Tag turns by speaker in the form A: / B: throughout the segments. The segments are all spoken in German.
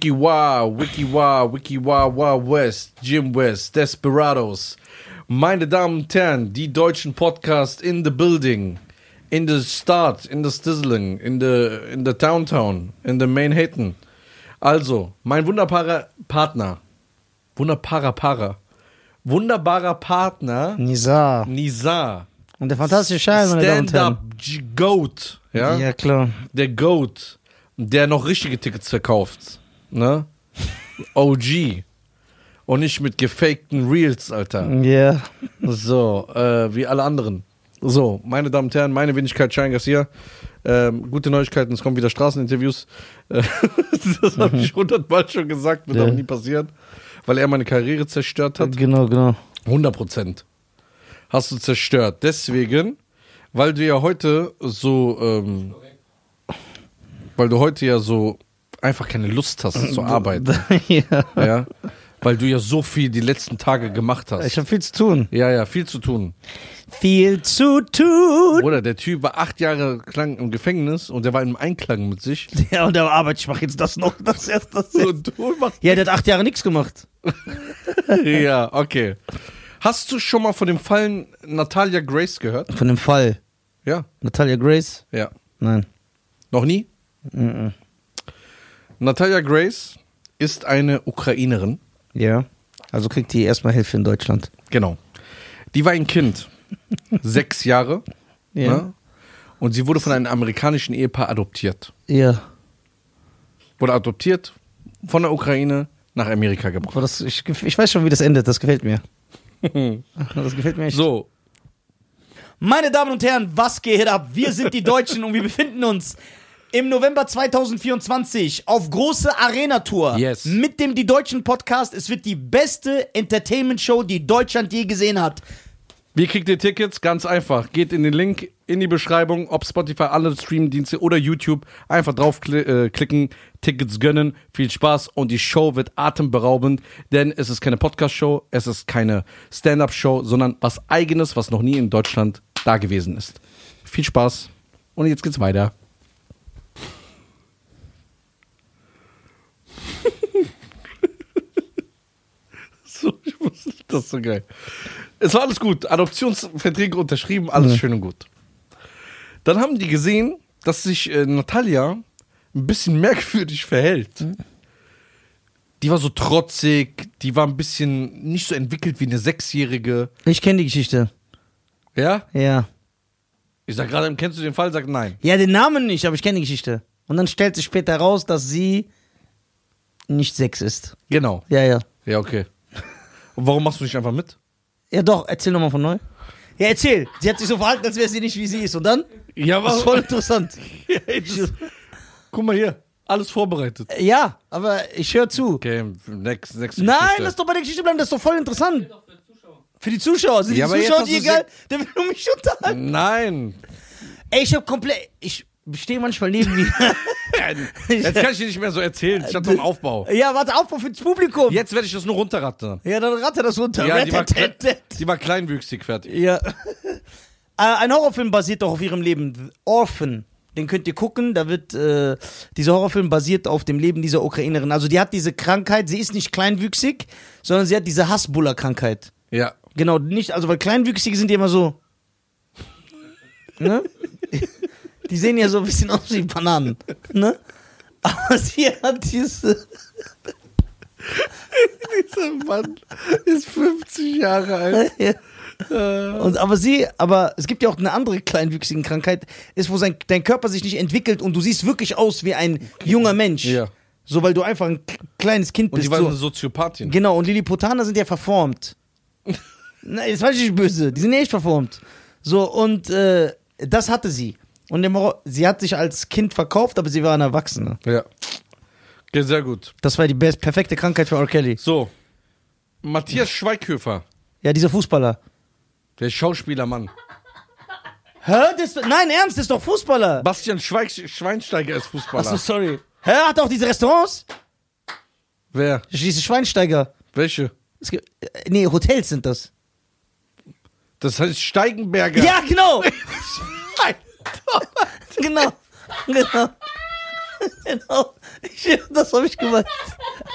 A: Jikiwa, Wikiwa, Wikiwa, Wa West, Jim West, Desperados. Meine Damen und Herren, die deutschen Podcast in the building, in the start, in the stizzling, in the, in the downtown, in the Manhattan. Also, mein wunderbarer Partner, wunderbarer Para, wunderbarer Partner,
B: Nizar.
A: Nizar,
B: Und der fantastische Schein, meine Damen und
A: Stand-up
B: Herren.
A: G- Goat, ja?
B: ja, klar.
A: der Goat, der noch richtige Tickets verkauft, ne? OG. Und nicht mit gefakten Reels, Alter.
B: Ja.
A: So, äh, wie alle anderen. So, meine Damen und Herren, meine Wenigkeit Schein Garcia. Ähm, gute Neuigkeiten, es kommen wieder Straßeninterviews. Äh, das habe ich hundertmal schon gesagt, wird
B: Ja.
A: aber nie passieren, weil er meine Karriere zerstört hat.
B: Genau, genau.
A: 100 Prozent. Hast du zerstört. Deswegen, weil du ja heute so, ähm, weil du heute ja so einfach keine Lust hast zu arbeiten,
B: ja.
A: ja, weil du ja so viel die letzten Tage gemacht
B: Ich
A: hast.
B: habe viel zu tun.
A: Ja, ja, viel zu tun.
B: Viel zu tun.
A: Oder der Typ war acht Jahre lang im Gefängnis und der war im Einklang mit sich.
B: Ja, und der Arbeit, ich mache jetzt das noch, das erst, das erst.
A: Und du machst.
B: Ja, der hat acht Jahre nichts gemacht.
A: Ja, okay. Hast du schon mal von dem Fall Natalia Grace gehört?
B: Von dem Fall.
A: Ja,
B: Natalia Grace?
A: ja.
B: Nein.
A: Noch nie? Natalia Grace ist eine Ukrainerin.
B: Ja. Also kriegt die erstmal Hilfe in Deutschland.
A: Genau. Die war ein Kind. sechs Jahre. Ne? Und sie wurde von einem amerikanischen Ehepaar adoptiert.
B: Ja.
A: Wurde adoptiert von der Ukraine nach Amerika gebracht.
B: Boah, das, ich, ich weiß schon, wie das endet. Das gefällt mir. Das gefällt mir echt.
A: So,
B: Meine Damen und Herren, was geht ab? Wir sind die Deutschen und wir befinden uns im November 2024 auf große Arena-Tour
A: Yes.
B: mit dem Die Deutschen Podcast. Es wird die beste Entertainment-Show, die Deutschland je gesehen hat.
A: wie kriegt ihr Tickets? Ganz einfach. Geht in den Link in die Beschreibung, ob Spotify, alle Streamdienste oder YouTube. Einfach draufklicken, Tickets gönnen. Viel Spaß und die Show wird atemberaubend, denn es ist keine Podcast-Show, es ist keine Stand-Up-Show, sondern was Eigenes, was noch nie in Deutschland da gewesen ist. Viel Spaß und jetzt geht's weiter. So, ich wusste, das ist so geil. Es war alles gut. Adoptionsverträge unterschrieben, alles
B: Mhm.
A: schön und gut. Dann haben die gesehen, dass sich äh, Natalia ein bisschen merkwürdig verhält.
B: Mhm.
A: Die war so trotzig, die war ein bisschen nicht so entwickelt wie eine Sechsjährige.
B: Ich kenne die Geschichte.
A: Ja?
B: Ja.
A: Ich sag gerade, kennst du den Fall? Sagt nein.
B: Ja, den Namen nicht, aber ich kenne die Geschichte. Und dann stellt sich später raus, dass sie nicht sechs ist.
A: Genau.
B: Ja, ja.
A: Ja, okay. Und warum machst du nicht einfach mit?
B: Ja, doch, erzähl nochmal von neu. Ja, erzähl. Sie hat sich so verhalten, als wäre sie nicht, wie sie ist. Und dann? Oh.
A: Ja,
B: Das ist voll interessant.
A: Guck mal hier, alles vorbereitet.
B: Ja, aber ich höre zu.
A: Okay, next, next
B: Nein,
A: Geschichte.
B: lass doch bei der Geschichte bleiben, das ist doch voll interessant. Für die Zuschauer. Sind
A: Ja, aber
B: die
A: jetzt
B: Zuschauer
A: hast
B: die
A: du
B: egal? Der will nur mich unterhalten.
A: Nein.
B: Ey, ich hab komplett. Ich stehe manchmal neben mir.
A: Jetzt kann ich dir nicht mehr so erzählen. Ich hatte noch einen Aufbau.
B: ja, warte, Aufbau fürs Publikum. Ja,
A: Jetzt werde ich das nur runterrattern.
B: dann ratte das runter.
A: Ja, die war,
B: Rattatatat.
A: die war kleinwüchsig fertig.
B: ja. Äh, Ein Horrorfilm basiert doch auf ihrem Leben. The Orphan. Den könnt ihr gucken. Da wird. Äh, dieser Horrorfilm basiert auf dem Leben dieser Ukrainerin. Also, die hat diese Krankheit. Sie ist nicht kleinwüchsig, sondern sie hat diese Hasbulla-Krankheit.
A: Ja.
B: Genau, nicht, also weil Kleinwüchsige sind ja immer so. Ne? Genau, Die sehen ja so ein bisschen aus wie Bananen. Ne? Aber sie hat diese.
A: Dieser Mann ist 50 Jahre alt. Äh.
B: Und, aber sie, aber es gibt ja auch eine andere kleinwüchsigen Krankheit, ist, wo sein, dein Körper sich nicht entwickelt und du siehst wirklich aus wie ein junger Mensch.
A: Ja.
B: So, weil du einfach ein k- kleines Kind
A: Und
B: bist.
A: die war eine
B: so.
A: Soziopathin.
B: Genau, und Lilliputaner sind ja verformt. Nein, das war ich nicht böse. Die sind ja echt verformt. So, und äh, das hatte sie. Und im Horror- sie hat sich als Kind verkauft, aber sie war eine Erwachsene.
A: ja. Okay, sehr gut.
B: Das war die best perfekte Krankheit für R. Kelly.
A: So. Matthias Schweighöfer,
B: Ja, dieser Fußballer.
A: der Schauspielermann.
B: Hä? Das, nein, ernst, das ist doch Fußballer.
A: Bastian Schweig, Schweinsteiger ist Fußballer.
B: Achso, sorry. Hä? Hat er auch diese Restaurants?
A: Wer?
B: Diese Schweinsteiger.
A: Welche?
B: Es gibt, äh, nee, Hotels sind das.
A: Das heißt Steigenberger.
B: Ja, genau. genau. Genau. genau. Ich, das habe ich gemacht.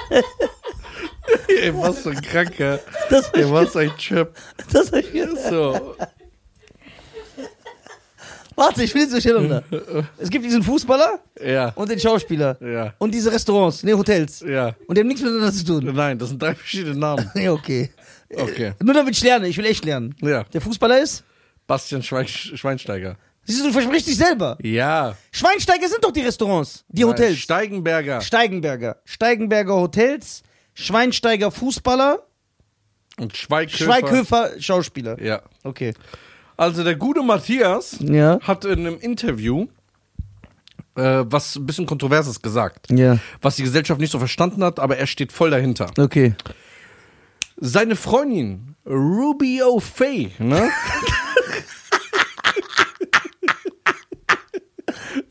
A: Ey, was für ein Kranker.
B: Das habe
A: Ey,
B: ich,
A: was ein Chip.
B: das hab ich gemacht.
A: So.
B: Warte, ich will jetzt durcheinander. Es gibt diesen Fußballer
A: Ja.
B: und den Schauspieler.
A: Ja.
B: Und diese Restaurants, ne, Hotels.
A: Ja.
B: Und die haben nichts miteinander zu tun.
A: Nein, das sind drei verschiedene Namen.
B: Ja, okay.
A: Okay.
B: Nur damit ich lerne, ich will echt lernen.
A: Ja.
B: Der Fußballer ist?
A: Bastian Schwein Schweinsteiger.
B: Siehst du, du versprichst dich selber.
A: Ja.
B: Schweinsteiger sind doch die Restaurants, die
A: Nein,
B: Hotels.
A: Steigenberger.
B: Steigenberger. Steigenberger Hotels, Schweinsteiger Fußballer,
A: Und Schweighöfer.
B: Schweighöfer Schauspieler.
A: Ja.
B: Okay.
A: Also der gute Matthias
B: Ja.
A: hat in einem Interview äh, was ein bisschen Kontroverses gesagt.
B: Ja.
A: Was die Gesellschaft nicht so verstanden hat, aber er steht voll dahinter.
B: Okay.
A: Seine Freundin, Ruby O'Fay, ne?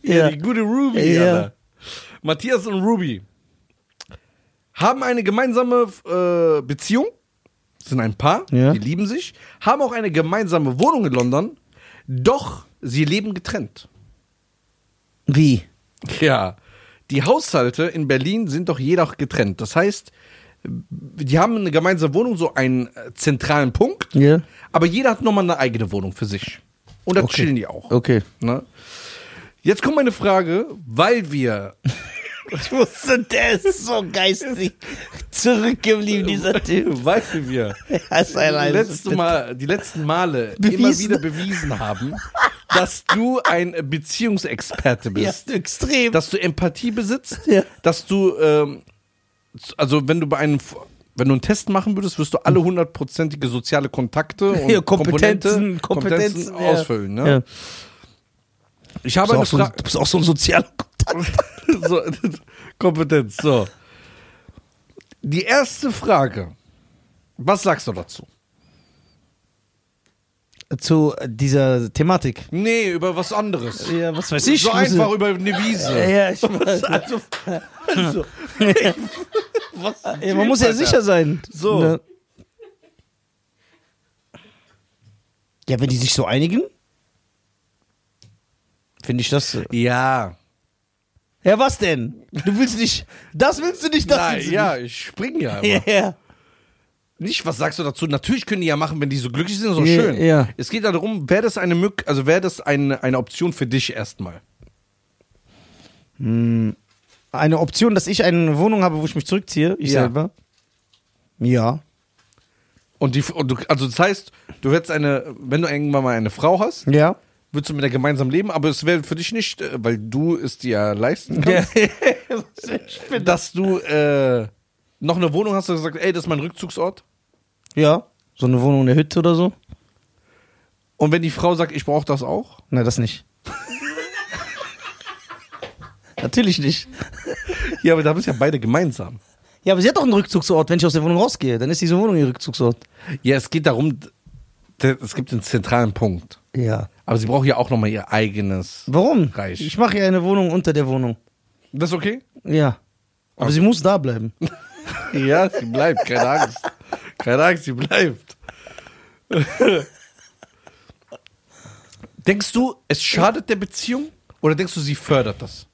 B: Ja.
A: Die gute Ruby.
B: Ja.
A: Alter. Matthias und Ruby haben eine gemeinsame äh, Beziehung, sind ein Paar,
B: Ja.
A: die lieben sich, haben auch eine gemeinsame Wohnung in London, doch sie leben getrennt.
B: Wie?
A: Ja, die Haushalte in Berlin sind doch jeder getrennt. Das heißt, die haben eine gemeinsame Wohnung, so einen äh, zentralen Punkt,
B: Ja.
A: aber jeder hat nochmal eine eigene Wohnung für sich. Und da
B: Okay.
A: chillen die auch.
B: Okay.
A: Ne? Jetzt kommt meine Frage, weil wir
B: Ich wusste, der ist so geistig zurückgeblieben, dieser Typ.
A: weil wir
B: Er ist ein- ein-
A: letzte Mal, die letzten Male immer
B: Bewiesen.
A: wieder bewiesen haben, dass du ein Beziehungsexperte
B: Ja,
A: bist.
B: extrem.
A: Dass du Empathie besitzt,
B: Ja.
A: dass du, ähm, z- also wenn du bei einem, F- wenn du einen Test machen würdest, wirst du alle hundertprozentige soziale Kontakte und
B: Ja,
A: Komponente-
B: Kompetenzen,
A: Kompetenzen
B: Kompetenzen ja.
A: ausfüllen. Ne?
B: Ja.
A: Ich habe eine Frage.
B: du bist auch so ein sozialer Kontakt.
A: so, Kompetenz, so. Die erste Frage. Was sagst du dazu?
B: Zu äh, dieser Thematik.
A: Nee, über was anderes.
B: Ja, was weiß
A: so
B: muss-
A: einfach über eine
B: Ja,
A: Wiese.
B: ja, ich weiß.
A: Also, also, was ein
B: Ja,
A: Typ,
B: man muss ja
A: Alter.
B: sicher sein.
A: So.
B: Ne? Ja, wenn die sich so einigen, finde ich das. äh,
A: Ja.
B: Ja, was denn? Du willst nicht. Das willst du nicht, das
A: Nein,
B: willst du
A: ja, ich spring ja. Aber.
B: nicht. Ja, ja.
A: Nicht, was sagst du dazu? Natürlich können die ja machen, wenn die so glücklich sind, so
B: Ja,
A: schön.
B: ja.
A: Es geht ja darum, wäre das eine Mück, also wäre das eine, eine Option für dich erstmal?
B: Eine Option, dass ich eine Wohnung habe, wo ich mich zurückziehe, ich
A: Ja.
B: selber. Ja.
A: Und die, und du, also das heißt, du hättest eine, wenn du irgendwann mal eine Frau hast,
B: Ja.
A: würdest du mit der gemeinsam leben, aber es wäre für dich nicht, äh, weil du es dir ja leisten kannst, dass du äh, noch eine Wohnung hast, dass du sagst, ey, das ist mein Rückzugsort.
B: ja. So eine Wohnung in der Hütte oder so?
A: Und wenn die Frau sagt, ich brauche das auch,
B: Nein, das nicht. Natürlich nicht.
A: ja, aber da bist ja beide gemeinsam.
B: Ja, aber sie hat doch einen Rückzugsort. Wenn ich aus der Wohnung rausgehe, dann ist diese Wohnung ihr Rückzugsort.
A: Ja, es geht darum, d- es gibt einen zentralen Punkt.
B: Ja.
A: Aber sie braucht ja auch nochmal ihr eigenes.
B: Warum?
A: Reich.
B: Ich mache ja eine Wohnung unter der Wohnung.
A: Das ist okay?
B: Ja. Aber sie muss da bleiben.
A: Ja, sie bleibt, keine Angst. Keine Angst, sie bleibt. denkst du, es schadet der Beziehung? Oder denkst du, sie fördert das?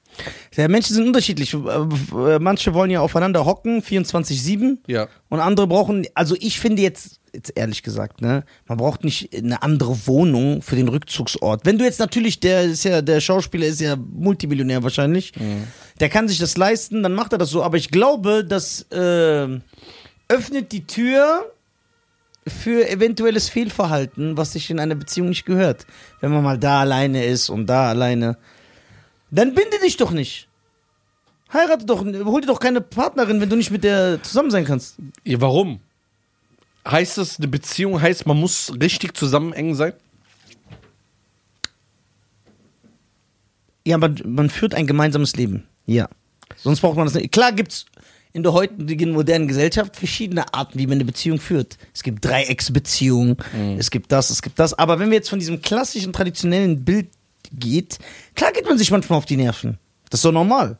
B: Ja, Menschen sind unterschiedlich. Äh, äh, Manche wollen ja aufeinander hocken, 24-7.
A: Ja.
B: Und andere brauchen, also ich finde jetzt, jetzt ehrlich gesagt, ne, man braucht nicht eine andere Wohnung für den Rückzugsort. Wenn du jetzt natürlich, der ist ja, der Schauspieler ist ja Multimillionär wahrscheinlich, der kann sich das leisten, dann macht er das so. Aber ich glaube, das äh, öffnet die Tür für eventuelles Fehlverhalten, was sich in einer Beziehung nicht gehört. Wenn man mal da alleine ist und da alleine. Dann binde dich doch nicht. Heirate doch, hol dir doch keine Partnerin, wenn du nicht mit der zusammen sein kannst.
A: Ja, warum? Heißt das, eine Beziehung heißt, man muss richtig zusammen eng sein?
B: Ja, aber man führt ein gemeinsames Leben. Ja. Sonst braucht man das nicht. Klar gibt's in der heutigen modernen Gesellschaft verschiedene Arten, wie man eine Beziehung führt. Es gibt Dreiecksbeziehungen, es gibt das, es gibt das. Aber wenn wir jetzt von diesem klassischen, traditionellen Bild geht, klar geht man sich manchmal auf die Nerven. Das ist doch normal.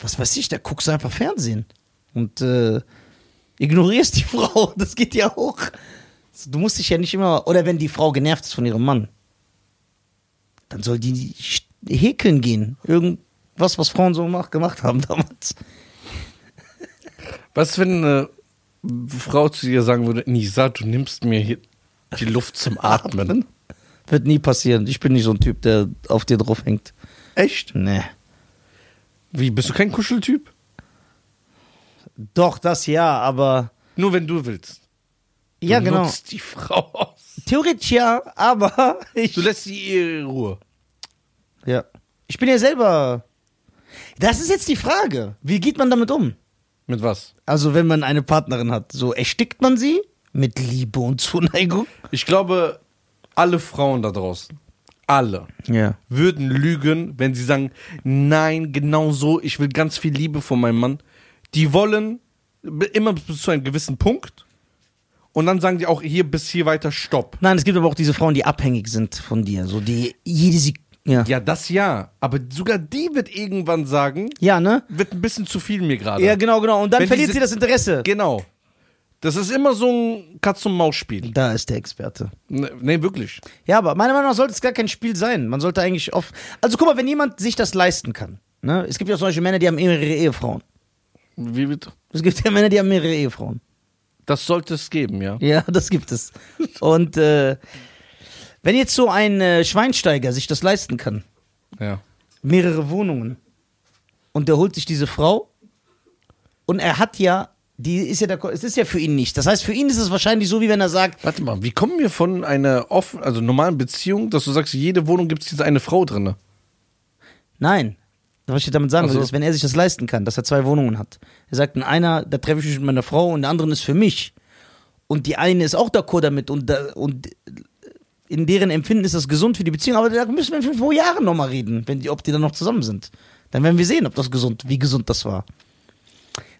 B: Was weiß ich, da guckst du einfach Fernsehen und äh, ignorierst die Frau. Das geht ja auch. Du musst dich ja nicht immer, oder wenn die Frau genervt ist von ihrem Mann, dann soll die sch- häkeln gehen. Irgend was, was Frauen so gemacht, gemacht haben damals.
A: Was, wenn eine Frau zu dir sagen würde, Nisa, du nimmst mir hier die Luft zum Atmen.
B: Wird nie passieren. Ich bin nicht so ein Typ, der auf dir drauf hängt.
A: Echt?
B: Nee.
A: Wie, bist du kein Kuscheltyp?
B: Doch, das ja, aber.
A: Nur wenn du willst. Du
B: Ja, genau.
A: nutzt die Frau aus.
B: Theoretisch ja, aber ich.
A: Du lässt sie ihre Ruhe.
B: Ja. Ich bin ja selber. Das ist jetzt die Frage. Wie geht man damit um?
A: Mit was?
B: Also, wenn man eine Partnerin hat, so erstickt man sie mit Liebe und Zuneigung?
A: Ich glaube, alle Frauen da draußen, alle,
B: Ja.
A: würden lügen, wenn sie sagen, nein, genau so, ich will ganz viel Liebe von meinem Mann. Die wollen b- immer bis zu einem gewissen Punkt und dann sagen die auch hier bis hier weiter Stopp.
B: Nein, es gibt aber auch diese Frauen, die abhängig sind von dir. So, die jede Sekunde. Ja.
A: Ja, das ja, aber sogar die wird irgendwann sagen,
B: ja, ne?
A: wird ein bisschen zu viel mir gerade.
B: Ja, genau, genau. Und dann
A: Wenn
B: verliert
A: diese-
B: sie das Interesse.
A: Genau. Das ist immer so ein Katz-und-Maus-Spiel.
B: Da ist der Experte.
A: Ne- Nee, wirklich.
B: Ja, aber meiner Meinung nach sollte es gar kein Spiel sein. Man sollte eigentlich oft. Also guck mal, wenn jemand sich das leisten kann. Ne? Es gibt ja solche Männer, die haben mehrere Ehefrauen.
A: Wie bitte?
B: Es gibt ja Männer, die haben mehrere Ehefrauen.
A: Das sollte es geben, ja.
B: Ja, das gibt es. Und äh, wenn jetzt so ein äh, Schweinsteiger sich das leisten kann,
A: Ja.
B: mehrere Wohnungen, und der holt sich diese Frau, und er hat ja, die ist ja der, Ko- es ist ja für ihn nicht. Das heißt, für ihn ist es wahrscheinlich so, wie wenn er sagt,
A: Warte mal, wie kommen wir von einer offen, also normalen Beziehung, dass du sagst, jede Wohnung gibt es diese eine Frau drinne?
B: Nein. Was ich damit sagen
A: Ach so.
B: will, ist, wenn er sich das leisten kann, dass er zwei Wohnungen hat. Er sagt, in einer, da treffe ich mich mit meiner Frau und der anderen ist für mich. Und die eine ist auch d'accord damit und, da, und in deren Empfinden ist das gesund für die Beziehung. Aber da müssen wir in fünf Jahren nochmal reden, wenn die, ob die dann noch zusammen sind. Dann werden wir sehen, ob das gesund, wie gesund das war.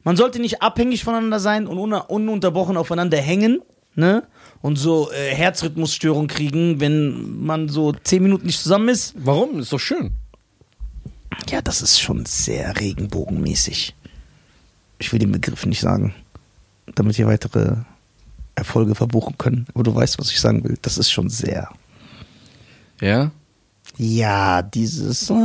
B: Man sollte nicht abhängig voneinander sein und un ununterbrochen aufeinander hängen, ne? Und so äh, Herzrhythmusstörung kriegen, wenn man so zehn Minuten nicht zusammen ist.
A: Warum? Ist doch schön.
B: Ja, das ist schon sehr regenbogenmäßig. Ich will den Begriff nicht sagen, damit wir weitere Erfolge verbuchen können. Aber du weißt, was ich sagen will. Das ist schon sehr.
A: Ja?
B: Ja, dieses.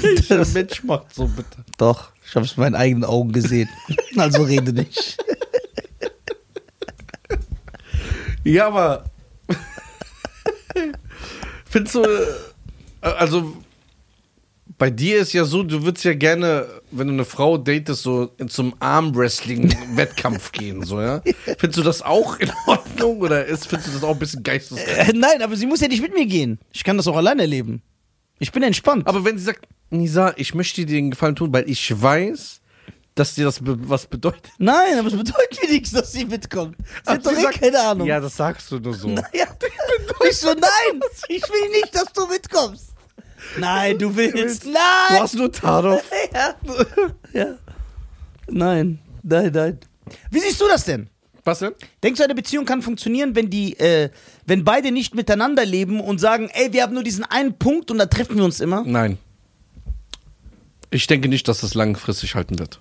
A: Welcher Mensch macht so bitte?
B: Doch, ich habe es mit meinen eigenen Augen gesehen. Also rede nicht.
A: Ja, aber. Findest du. äh, Also. Bei dir ist ja so, du würdest ja gerne, wenn du eine Frau datest, so zum Armwrestling-Wettkampf gehen, so, ja? Findest du das auch in Ordnung oder ist, findest du das auch ein bisschen geisteskrank?
B: Äh, Nein, aber sie muss ja nicht mit mir gehen. Ich kann das auch alleine erleben. Ich bin entspannt.
A: Aber wenn sie sagt, Nisa, ich möchte dir den Gefallen tun, weil ich weiß, dass dir das be was bedeutet.
B: Nein, aber es bedeutet mir nichts, dass sie mitkommt. Sie
A: Aber
B: hat doch
A: sie
B: eh
A: sagt,
B: keine Ahnung.
A: Ja, das sagst du nur so.
B: Ja, ich so, nein, ich will nicht, dass du mitkommst. Nein, du willst.
A: Du
B: Nein.
A: hast nur Tadov.
B: Ja. ja. Nein, nein, nein. Wie siehst du das denn?
A: Was denn?
B: Denkst du, eine Beziehung kann funktionieren, wenn die, äh, wenn beide nicht miteinander leben und sagen, ey, wir haben nur diesen einen Punkt und da treffen wir uns immer?
A: Nein. Ich denke nicht, dass das langfristig halten wird.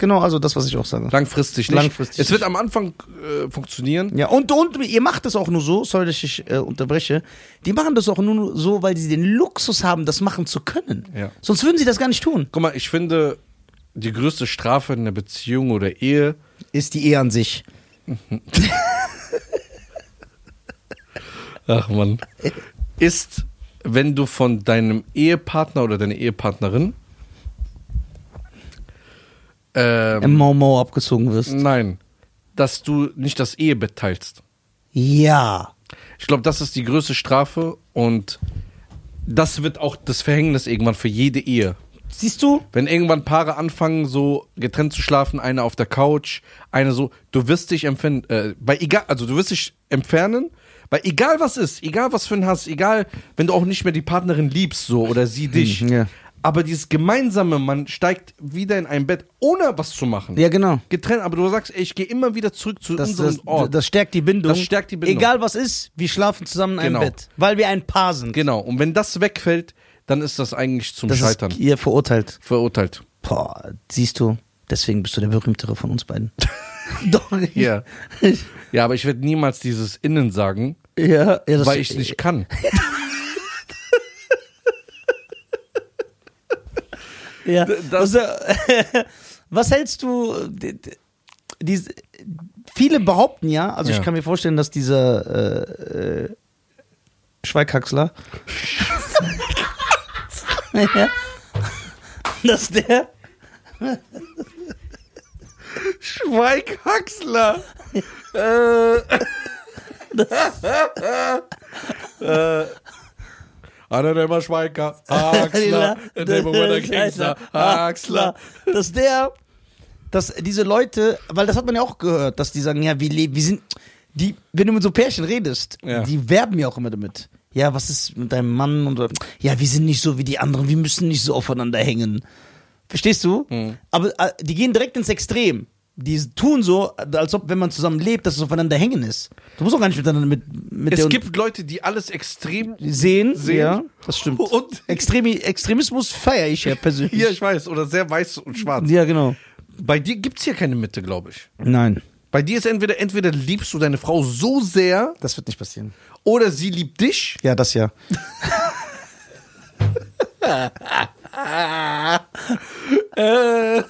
B: Genau, also das, was ich auch sage.
A: Langfristig nicht.
B: Langfristig
A: Es wird am Anfang äh, funktionieren.
B: Ja, und, und ihr macht das auch nur so, sorry, dass ich äh, unterbreche. Die machen das auch nur so, weil sie den Luxus haben, das machen zu können.
A: Ja.
B: Sonst würden sie das gar nicht tun.
A: Guck mal, ich finde, die größte Strafe in einer Beziehung oder Ehe
B: Ist die Ehe an sich.
A: Ach Mann. Ist, wenn du von deinem Ehepartner oder deiner Ehepartnerin. Ähm,
B: im Mau Mau abgezogen wirst.
A: nein. Dass du nicht das Ehebett teilst.
B: Ja.
A: Ich glaube, das ist die größte Strafe und das wird auch das Verhängnis irgendwann für jede Ehe.
B: Siehst du?
A: Wenn irgendwann Paare anfangen, so getrennt zu schlafen, eine auf der Couch, eine so, du wirst dich empfinden, äh, bei egal, also du wirst dich entfernen, bei egal was ist, egal was für ein Hass, egal, wenn du auch nicht mehr die Partnerin liebst, so oder sie dich.
B: Mhm, ja.
A: Aber dieses gemeinsame, man steigt wieder in ein Bett, ohne was zu machen.
B: Ja, genau.
A: Getrennt, aber du sagst, ey, ich gehe immer wieder zurück zu
B: Das,
A: unserem
B: das,
A: Ort.
B: das stärkt die Bindung.
A: Das stärkt die Bindung.
B: Egal was ist, wir schlafen zusammen in einem
A: Genau.
B: Bett. Weil wir ein Paar sind.
A: Genau, und wenn das wegfällt, dann ist das eigentlich zum
B: Das
A: Scheitern.
B: ist ihr verurteilt.
A: Verurteilt.
B: Boah, siehst du, deswegen bist du der berühmtere von uns beiden. Doch.
A: Ja. ja, aber ich werde niemals dieses Innen sagen,
B: Ja, ja das äh,
A: weil ich es nicht kann.
B: Ja.
A: D- das-
B: also, was hältst du? d- d- Dies, viele behaupten ja, also
A: Ja.
B: ich kann mir vorstellen, dass dieser äh, äh, Schweighaxler, ja, dass der,
A: Schweighaxler. äh. äh. I don't know, Schweiger. Haxler. Never winner Gangster. Haxler.
B: dass der, dass diese Leute, weil das hat man ja auch gehört, dass die sagen, ja, wir leben, wir sind, die, wenn du mit so Pärchen redest,
A: Ja.
B: die werben ja auch immer damit. Ja, was ist mit deinem Mann und ja, wir sind nicht so wie die anderen, wir müssen nicht so aufeinander hängen. Verstehst du?
A: Mhm.
B: Aber äh, die gehen direkt ins Extrem. Die tun so, als ob, wenn man zusammen lebt, dass es aufeinander hängen ist. Du musst auch gar nicht miteinander mit, mit
A: Es
B: der-
A: gibt Leute, die alles extrem.
B: sehen.
A: Sehen.
B: Ja, das stimmt.
A: Und-
B: Extremi Extremismus feiere ich ja persönlich.
A: Hier, ich weiß, oder sehr weiß und schwarz.
B: Ja, genau.
A: Bei dir gibt's hier keine Mitte, glaube ich.
B: Nein,
A: Bei dir ist entweder, entweder liebst du deine Frau so sehr,
B: das wird nicht passieren.
A: oder sie liebt dich.
B: Ja, das ja.
A: Äh,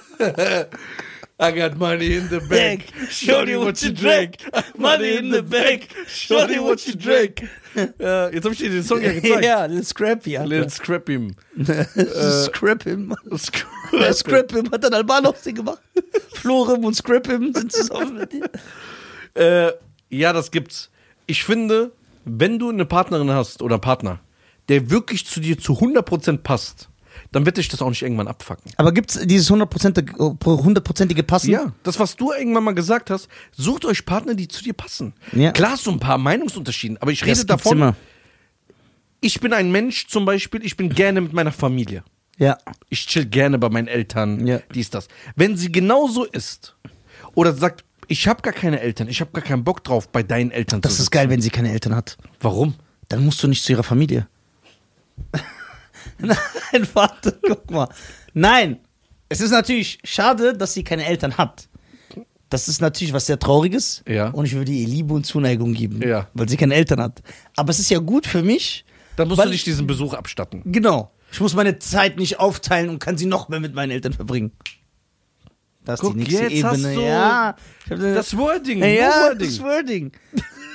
A: I got money in the bank. Shorty what you drink. Money in the bank. Shorty what you drink. Äh, jetzt habe ich dir den Song ja gezeigt.
B: ja, Äh, Lil Scrappy,
A: Let's
B: Alter.
A: scrap him.
B: Scrap him.
A: Scrap
B: Scrap him hat dann Albano auf sie gemacht. Florim und Scrap him sind zusammen mit dir.
A: Äh, ja, das gibt's. Ich finde, wenn du eine Partnerin hast oder Partner, der wirklich zu dir zu 100% passt, dann wird dich das auch nicht irgendwann abfacken.
B: Aber gibt's dieses hundertprozentige, hundertprozentige Passen?
A: Ja, das, was du irgendwann mal gesagt hast, sucht euch Partner, die zu dir passen.
B: Ja.
A: Klar, hast du ein paar Meinungsunterschieden, aber ich
B: Das
A: rede
B: gibt's
A: davon,
B: Immer.
A: ich bin ein Mensch zum Beispiel, ich bin gerne mit meiner Familie.
B: Ja.
A: Ich chill gerne bei meinen Eltern,
B: Ja.
A: dies, das. Wenn sie genauso ist oder sagt, ich habe gar keine Eltern, ich habe gar keinen Bock drauf, bei deinen Eltern
B: Das
A: zu
B: ist geil, wenn sie keine Eltern hat.
A: sitzen. Warum?
B: dann musst du nicht zu ihrer Familie. Nein, warte, guck mal. Nein, es ist natürlich schade, dass sie keine Eltern hat. Das ist natürlich was sehr Trauriges.
A: Ja.
B: Und ich würde ihr Liebe und Zuneigung geben,
A: Ja.
B: weil sie keine Eltern hat. Aber es ist ja gut für mich.
A: Dann musst
B: weil
A: du nicht diesen Besuch abstatten.
B: Genau. Ich muss meine Zeit nicht aufteilen und kann sie noch mehr mit meinen Eltern verbringen. Das ist
A: Guck,
B: die nächste
A: jetzt
B: Ebene.
A: hast du
B: ja. Ich hab-
A: Das Wording,
B: ja,
A: nur Wording.
B: das Wording.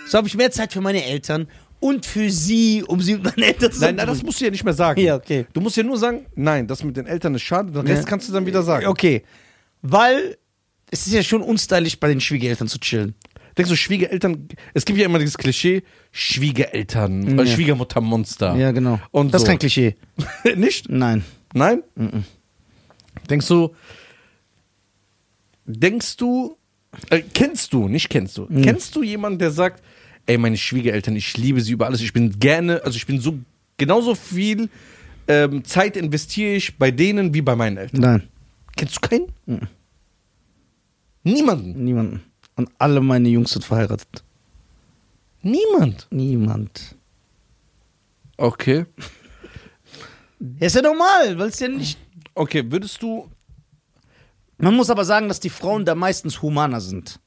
B: So habe ich mehr Zeit für meine Eltern und für sie, um sie mit meinen Eltern zu
A: Nein, nein, das musst du ja nicht mehr sagen.
B: Ja, okay.
A: Du musst ja nur sagen, nein, das mit den Eltern ist schade, den Rest
B: Ja.
A: kannst du dann wieder sagen.
B: Okay. Weil es ist ja schon unstylisch, bei den Schwiegereltern zu chillen.
A: Denkst du, Schwiegereltern, es gibt ja immer dieses Klischee, Schwiegereltern, äh,
B: Ja. genau.
A: Schwiegermuttermonster. Und
B: das ist
A: so.
B: kein Klischee.
A: Nicht?
B: Nein.
A: Nein? Denkst du, denkst du, äh, kennst du, nicht kennst du, kennst du jemanden, der sagt, ey, meine Schwiegereltern, ich liebe sie über alles, ich bin gerne, also ich bin so, genauso viel ähm, Zeit investiere ich bei denen wie bei meinen Eltern.
B: Nein.
A: Kennst du keinen? Niemanden.
B: Niemanden. Und alle meine Jungs sind verheiratet.
A: Niemand.
B: Niemand.
A: Okay.
B: Ja, ist ja normal, weil es ja nicht.
A: Okay, würdest du,
B: Man muss aber sagen, dass die Frauen da meistens humaner sind.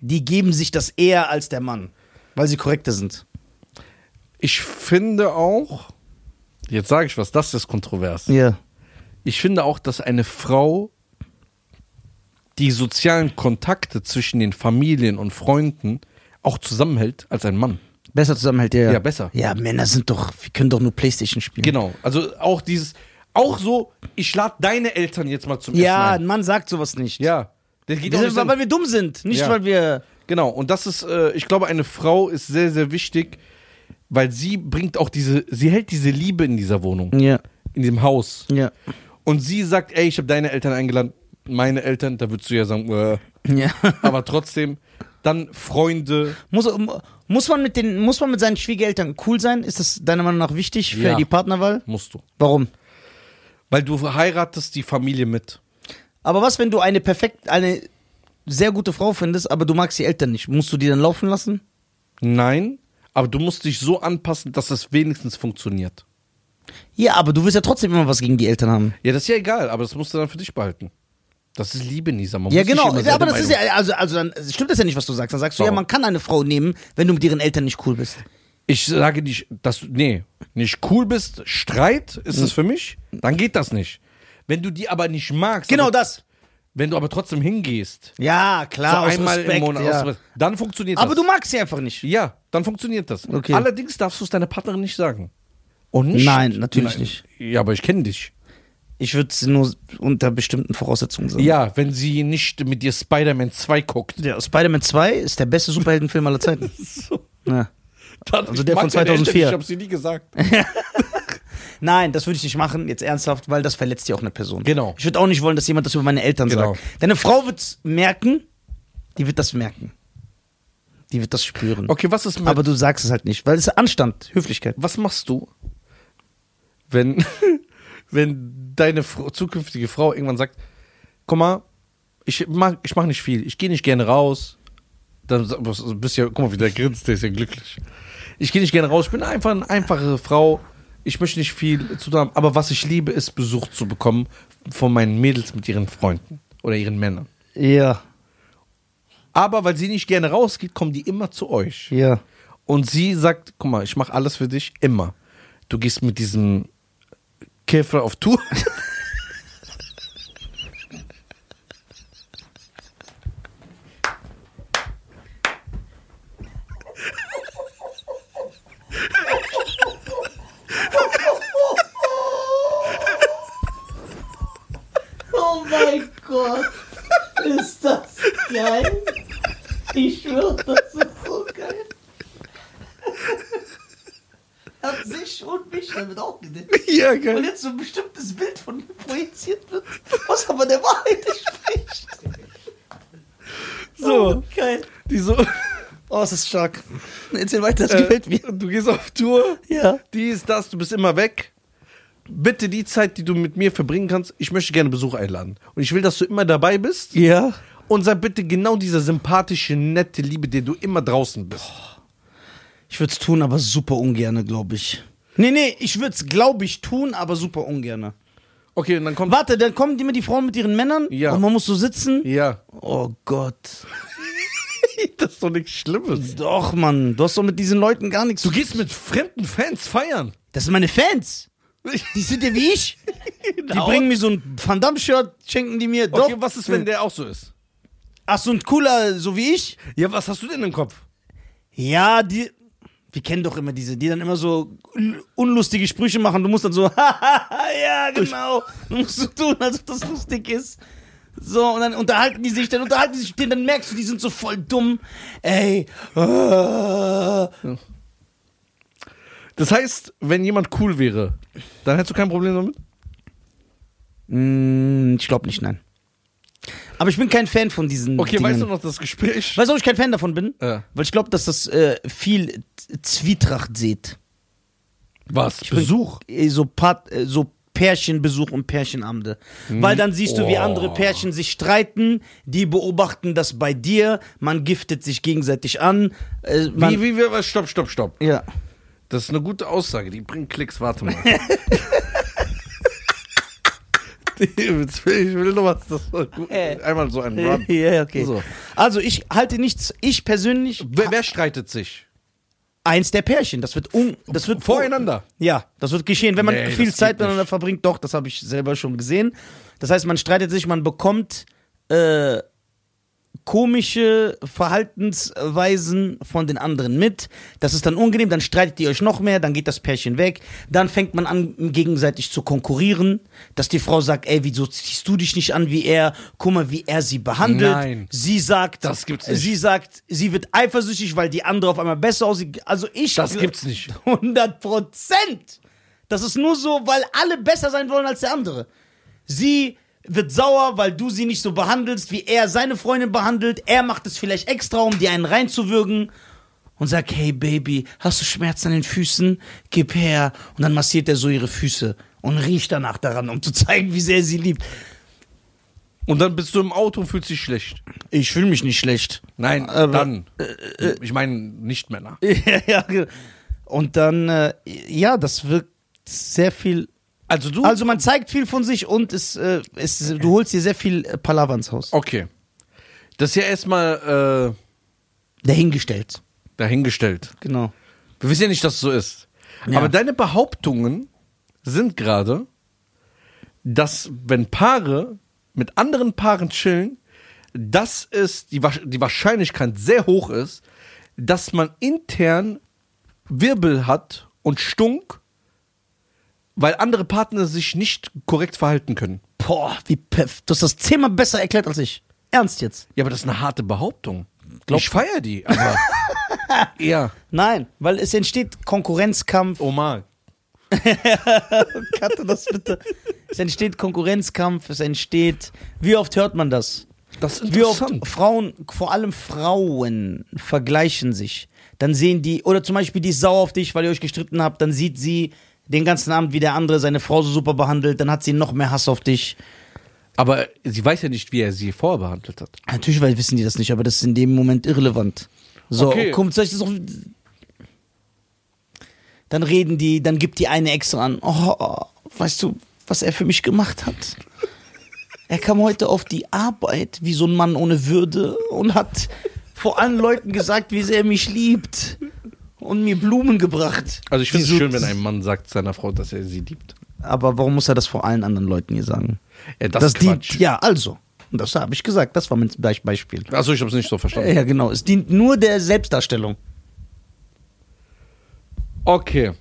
B: Die geben sich das eher als der Mann, weil sie korrekter sind.
A: ich finde auch, jetzt sage ich was, das ist kontrovers.
B: Ja.
A: Ich finde auch, dass eine Frau die sozialen Kontakte zwischen den Familien und Freunden auch zusammenhält als ein Mann.
B: Besser zusammenhält, ja.
A: Ja, besser.
B: Ja, Männer sind doch, wir können doch nur Playstation spielen.
A: Genau. Also auch dieses, auch so, ich lade deine Eltern jetzt mal zum
B: Ja,
A: Essen ein.
B: ein Mann sagt sowas nicht.
A: Ja. Das geht
B: Wir
A: auch
B: sind,
A: nicht
B: weil
A: sein.
B: wir dumm sind, nicht
A: Ja.
B: weil wir.
A: Genau. Und das ist, äh, ich glaube, eine Frau ist sehr, sehr wichtig, weil sie bringt auch diese, sie hält diese Liebe in dieser Wohnung,
B: Ja,
A: in diesem Haus.
B: ja,
A: Und sie sagt, ey, ich habe deine Eltern eingeladen, meine Eltern, da würdest du ja sagen, äh,
B: ja.
A: aber trotzdem, dann Freunde.
B: muss, muss, man mit den, muss man mit seinen Schwiegereltern cool sein? Ist das deiner Meinung nach wichtig für
A: Ja.
B: die Partnerwahl?
A: Musst du.
B: Warum?
A: Weil du heiratest die Familie mit.
B: Aber was, wenn du eine perfekt, eine sehr gute Frau findest, aber du magst die Eltern nicht? Musst du die dann laufen lassen?
A: Nein, aber du musst dich so anpassen, dass es wenigstens funktioniert.
B: Ja, aber du wirst ja trotzdem immer was gegen die Eltern haben.
A: Ja, das ist ja egal, aber das musst du dann für dich behalten. Das ist Liebe, Nisa. Man
B: Ja,
A: muss nicht
B: genau.
A: immer
B: Ja, aber
A: selber
B: das ist ja,
A: Meinung-
B: also, also dann stimmt das ja nicht, was du sagst. Dann sagst du,
A: Warum?
B: ja, man kann eine Frau nehmen, wenn du mit ihren Eltern nicht cool bist.
A: Ich sage
B: Hm.
A: nicht, dass du, nee, nicht cool bist, Streit ist es für mich, dann geht das nicht. Wenn du die aber nicht magst,
B: Genau
A: aber,
B: das.
A: wenn du aber trotzdem hingehst,
B: Ja, klar,
A: so
B: Ah, aus
A: einmal
B: Respekt,
A: im Monat,
B: ja.
A: aus Respekt, dann funktioniert
B: Aber
A: das.
B: du magst sie einfach nicht.
A: Ja, dann funktioniert das.
B: Okay.
A: Allerdings darfst du es deiner Partnerin nicht sagen. Und nicht?
B: Nein, natürlich nicht.
A: Ja, aber ich kenne dich.
B: Ich würde sie nur unter bestimmten Voraussetzungen sagen.
A: Ja, wenn sie nicht mit dir Spider-Man 2 guckt.
B: Ja, Spider-Man 2 ist der beste Superheldenfilm aller Zeiten. Ja.
A: Also
B: der von 2004.
A: Ich habe sie nie gesagt.
B: Nein, das würde ich nicht machen, jetzt ernsthaft, weil das verletzt ja auch eine Person.
A: Genau.
B: Ich würde auch nicht wollen, dass jemand das über meine Eltern
A: Genau.
B: sagt. Deine Frau wird es merken, die wird das merken. Die wird das spüren.
A: Okay, was ist mit,
B: Aber du sagst es halt nicht, weil es ist Anstand, Höflichkeit.
A: was machst du, wenn, wenn deine Fr- zukünftige Frau irgendwann sagt, guck mal, ich mach, ich mach nicht viel, ich gehe nicht gerne raus. Dann sa- was- also bist du ja, guck mal, wie der grinst, der ist ja glücklich. Ich gehe nicht gerne raus, ich bin einfach eine einfache Frau. Ich möchte nicht viel zu tun haben, aber was ich liebe, ist Besuch zu bekommen von meinen Mädels mit ihren Freunden oder ihren Männern.
B: Ja,
A: Aber weil sie nicht gerne rausgeht, kommen die immer zu euch.
B: ja.
A: Und sie sagt, guck mal, ich mache alles für dich immer. Du gehst mit diesem Käfer auf Tour.
C: Oh mein Gott, ist das geil? Ich schwöre, das ist so geil. Hat sich und mich damit auch gedeckt.
A: ja,
C: Weil
A: geil.
C: jetzt so ein bestimmtes Bild von mir projiziert wird, was aber der Wahrheit entspricht.
A: So,
C: Geil.
A: die so,
B: Oh, es ist stark.
C: Erzähl weiter, das
A: äh, du gehst auf Tour,
B: Ja.
A: dies, das, du bist immer weg. Bitte die Zeit, die du mit mir verbringen kannst, ich möchte gerne Besuch einladen. Und ich will, dass du immer dabei bist.
B: Ja.
A: Und sei bitte genau dieser sympathische, nette Liebe, der du immer draußen bist.
B: Ich würde es tun, aber super ungerne, glaube ich. Nee, nee, ich würde es, glaube ich, tun, aber super ungerne.
A: Okay, und dann kommt.
B: Warte, dann kommen immer die Frauen mit ihren Männern
A: Ja.
B: und man muss so sitzen.
A: Ja.
B: Oh Gott.
A: das ist doch nichts Schlimmes.
B: Doch, Mann, du hast doch mit diesen Leuten gar nichts.
A: Du
B: zu-
A: gehst mit fremden Fans feiern.
B: Das sind meine Fans. Die sind ja wie ich. Die bringen mir so ein Van Damme-Shirt, schenken die mir. Doch.
A: Genau. Okay, was ist, wenn der auch so ist?
B: Ach, so ein cooler, so wie ich?
A: Ja, was hast du denn im Kopf?
B: Ja, die. Wir kennen doch immer diese, die dann immer so un- unlustige Sprüche machen. Du musst dann so, ja, genau. Du musst so tun, als ob das lustig ist. So, und dann unterhalten die sich, dann unterhalten die sich, mit denen, dann merkst du, die sind so voll dumm. Ey. äh.
A: Das heißt, wenn jemand cool wäre, dann hättest du kein Problem damit?
B: Mm, Ich glaube nicht, nein. Aber ich bin kein Fan von diesen.
A: Okay,
B: Dingen.
A: weißt du noch das Gespräch?
B: Weißt du, warum ich kein Fan davon bin?
A: Ja.
B: Weil ich glaube, dass das äh, viel Z- Zwietracht sieht.
A: Was?
B: bin-
A: Besuch?
B: Äh, So, Pat, äh, so Pärchenbesuch und Pärchenabende. Weil dann siehst du, wie
A: Oh.
B: andere Pärchen sich streiten. Die beobachten das bei dir. Man giftet sich gegenseitig an. Äh, man,
A: Wie, wie, wie, was? Stopp, stopp, stopp.
B: Ja.
A: Das ist eine gute Aussage, die bringt Klicks, warte mal. ich will noch was, das war gut. Einmal so ein Run.
B: ja, okay.
A: So.
B: Also ich halte nichts, ich persönlich,
A: Wer, wer streitet sich?
B: eins der Pärchen, das wird un, das wird
A: Voreinander.
B: Ja, das wird geschehen, wenn man
A: Nee,
B: viel
A: das
B: Zeit
A: geht
B: miteinander verbringt. Doch, das habe ich selber schon gesehen. Das heißt, man streitet sich, man bekommt äh, komische Verhaltensweisen von den anderen mit. Das ist dann unangenehm, dann streitet ihr euch noch mehr, dann geht das Pärchen weg. Dann fängt man an, gegenseitig zu konkurrieren, dass die Frau sagt, ey, wieso ziehst du dich nicht an wie er? Guck mal, wie er sie behandelt.
A: Nein.
B: Sie sagt,
A: Das gibt's nicht.
B: sie sagt, sie wird eifersüchtig, weil die andere auf einmal besser aussieht. Also ich
A: Das gibt's nicht.
B: 100 Prozent. Das ist nur so, weil alle besser sein wollen als der andere. Sie wird sauer, weil du sie nicht so behandelst, wie er seine Freundin behandelt. Er macht es vielleicht extra, um dir einen reinzuwürgen. Und sagt, hey Baby, hast du Schmerzen an den Füßen? Gib her. Und dann massiert er so ihre Füße und riecht danach daran, um zu zeigen, wie sehr er sie liebt.
A: Und dann bist du im Auto und fühlst dich schlecht. Äh,
B: Ich fühle mich nicht schlecht.
A: Nein,
B: Aber-
A: dann. ich meine, nicht Männer.
B: ja, ja. genau. Und dann, äh, ja, das wirkt sehr viel.
A: Also du.
B: Also man zeigt viel von sich und es, äh, es, du holst dir sehr viel äh, Palaver ins Haus.
A: okay. Das ist ja erstmal äh,
B: Dahingestellt.
A: dahingestellt.
B: Genau.
A: Wir wissen ja nicht, dass es so ist.
B: Ja.
A: Aber deine Behauptungen sind gerade, dass wenn Paare mit anderen Paaren chillen, dass es die, Wasch- die Wahrscheinlichkeit sehr hoch ist, dass man intern Wirbel hat und Stunk, weil andere Partner sich nicht korrekt verhalten können.
B: Boah, wie peff. Du hast das zehnmal besser erklärt als ich. Ernst jetzt?
A: Ja, aber das ist eine harte Behauptung. ich feier die, aber eher.
B: Nein, weil es entsteht Konkurrenzkampf.
A: Omar.
B: Katte das bitte. Es entsteht Konkurrenzkampf, es entsteht. Wie oft hört man das?
A: Das ist
B: Wie oft
A: interessant.
B: Frauen, vor allem Frauen, vergleichen sich. Dann sehen die, oder zum Beispiel die ist sauer auf dich, weil ihr euch gestritten habt, dann sieht sie den ganzen Abend, wie der andere seine Frau so super behandelt, dann hat sie noch mehr Hass auf dich.
A: Aber sie weiß ja nicht, wie er sie vorher behandelt hat.
B: Natürlich weil wissen die das nicht, aber das ist in dem Moment irrelevant. So,
A: Okay.
B: kommt, soll ich das auch. Dann reden die, dann gibt die eine extra an. Oh, weißt du, was er für mich gemacht hat? Er kam heute auf die Arbeit wie so ein Mann ohne Würde und hat vor allen Leuten gesagt, wie sehr er mich liebt und mir Blumen gebracht.
A: Also ich finde es
B: Die so-
A: schön, wenn ein Mann sagt seiner Frau, dass er sie liebt.
B: Aber warum muss er das vor allen anderen Leuten hier sagen?
A: Ja, das,
B: Das
A: ist Quatsch.
B: dient, ja, also. Und das habe ich gesagt, das war mein Be- Beispiel.
A: Achso, ich habe es nicht so verstanden.
B: Ja, genau. Es dient nur der Selbstdarstellung.
A: Okay.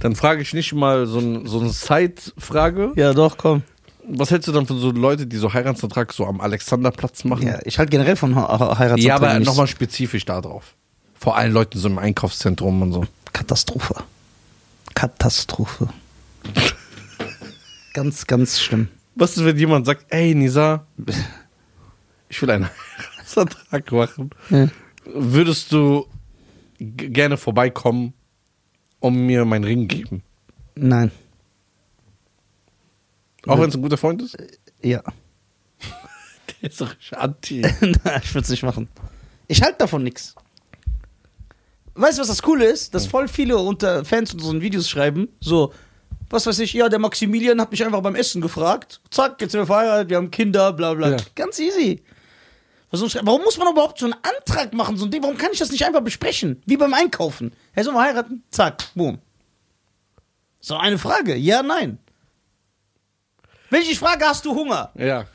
A: Dann frage ich nicht mal so, ein, so eine Side-Frage.
B: Ja, doch, komm.
A: Was hältst du dann von so Leuten, die so Heiratsantrag so am Alexanderplatz machen?
B: Ja, ich halte generell von He- He- Heiratsanträgen.
A: ja aber
B: nichts.
A: nochmal spezifisch da drauf. Vor allen Leuten so im Einkaufszentrum und so.
B: Katastrophe. Katastrophe. ganz, ganz schlimm.
A: Was ist, wenn jemand sagt, ey Nisa, ich will einen Heiratsantrag machen.
B: Ja.
A: Würdest du g- gerne vorbeikommen und mir meinen Ring geben?
B: Nein.
A: Auch wenn es ein guter Freund ist?
B: Ja.
A: Der ist doch anti.
B: Nein, ich würde es nicht machen. Ich halte davon nichts. Weißt du, was das Coole ist? Dass voll viele unter Fans unseren Videos schreiben, so, was weiß ich, ja, der Maximilian hat mich einfach beim Essen gefragt. Zack, jetzt sind wir verheiratet, wir haben Kinder, bla bla.
A: Ja.
B: Ganz easy. Was sonst- Warum muss man überhaupt so einen Antrag machen, so ein Ding? Warum kann ich das nicht einfach besprechen? Wie beim Einkaufen. Hey, sollen wir heiraten? Zack, boom. So eine Frage. Ja, nein. Wenn ich dich frage, hast du Hunger?
A: Ja.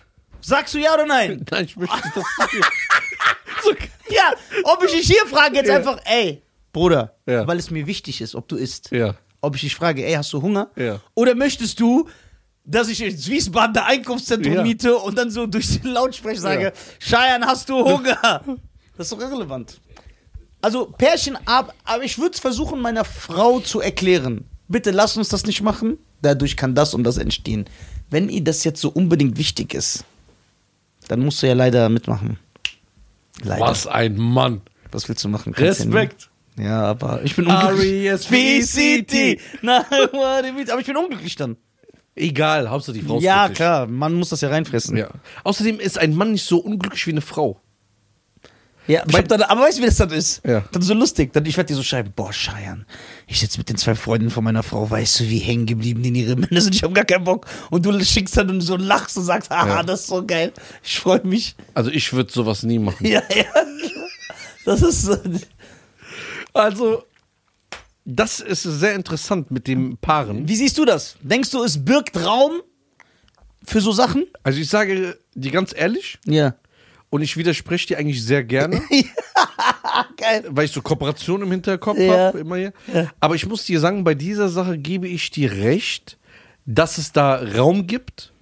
B: Sagst du ja oder nein?
A: Nein, ich möchte das nicht. so,
B: Ja, ob ich dich hier frage, jetzt
A: Ja.
B: einfach, ey, Bruder,
A: Ja.
B: weil es mir wichtig ist, ob du isst.
A: Ja.
B: Ob ich dich frage, ey, hast du Hunger?
A: Ja.
B: Oder möchtest du, dass ich ins Wiesbadener Einkaufszentrum
A: Ja.
B: miete und dann so durch den Lautsprecher sage,
A: Ja.
B: Scheiern, hast du Hunger? Das ist doch irrelevant. Also Pärchen ab, aber ich würde es versuchen, meiner Frau zu erklären. Bitte lass uns das nicht machen. Dadurch kann das und das entstehen. Wenn ihr das jetzt so unbedingt wichtig ist, dann musst du ja leider mitmachen. Leider.
A: Was ein Mann.
B: Was willst du machen? Kannst ja
A: Respekt.
B: nie- Ja, aber ich bin unglücklich.
A: R-E-S-P-C-T.
B: Nein, what it means. aber ich bin unglücklich dann.
A: Egal, Hauptsache die Frau ist
B: Ja,
A: glücklich.
B: klar, man muss das ja reinfressen.
A: Ja. Außerdem ist ein Mann nicht so unglücklich wie eine Frau.
B: Ja, ich hab dann, aber weißt du, wie das dann ist?
A: Ja.
B: Dann so lustig. Dann, ich werde dir so schreiben, boah, Scheiern, ich sitze mit den zwei Freunden von meiner Frau, weißt du, wie hängen geblieben die in ihre Männer sind, ich habe gar keinen Bock. Und du schickst dann und so lachst und sagst, haha,
A: Ja.
B: das ist so geil, ich freue mich.
A: Also ich würde sowas nie machen.
B: Ja, ja. Das ist so.
A: Also, das ist sehr interessant mit den Paaren.
B: Wie siehst du das? Denkst du, es birgt Raum für so Sachen?
A: Also ich sage dir ganz ehrlich
B: Ja.
A: und ich widerspreche dir eigentlich sehr gerne,
B: Geil.
A: weil ich so Kooperation im Hinterkopf
B: Ja.
A: habe immer hier.
B: Ja.
A: Aber ich muss dir sagen, bei dieser Sache gebe ich dir recht, dass es da Raum gibt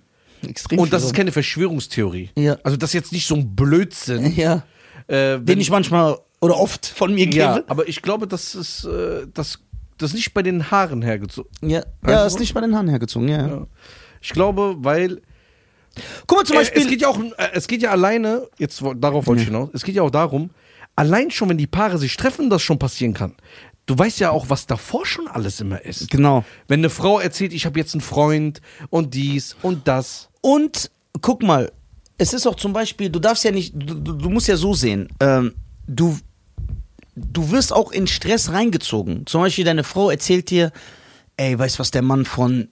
B: Extrem
A: und das
B: viel
A: ist keine Verschwörungstheorie.
B: Ja.
A: Also das ist jetzt nicht so ein Blödsinn.
B: Raum. ja,
A: äh,
B: den
A: wenn-
B: ich manchmal oder oft von mir gebe.
A: ja, aber ich glaube, das ist äh, das, das ist nicht bei den Haaren hergezogen.
B: ja.
A: Weißt du?
B: ist nicht bei den Haaren hergezogen, ja. ja.
A: Ich glaube, weil
B: Guck mal zum
A: Äh,
B: Beispiel.
A: Es geht ja auch, äh, es geht ja alleine, jetzt wo- darauf wollte ich hinaus, es geht ja auch darum, allein schon, wenn die Paare sich treffen, das schon passieren kann. Du weißt ja auch, was davor schon alles immer ist.
B: genau.
A: Wenn eine Frau erzählt, ich habe jetzt einen Freund und dies und das.
B: Und guck mal, es ist auch zum Beispiel, du darfst ja nicht, du, du du musst ja so sehen, ähm, du, du wirst auch in Stress reingezogen. Zum Beispiel deine Frau erzählt dir, ey, weißt du, was der Mann von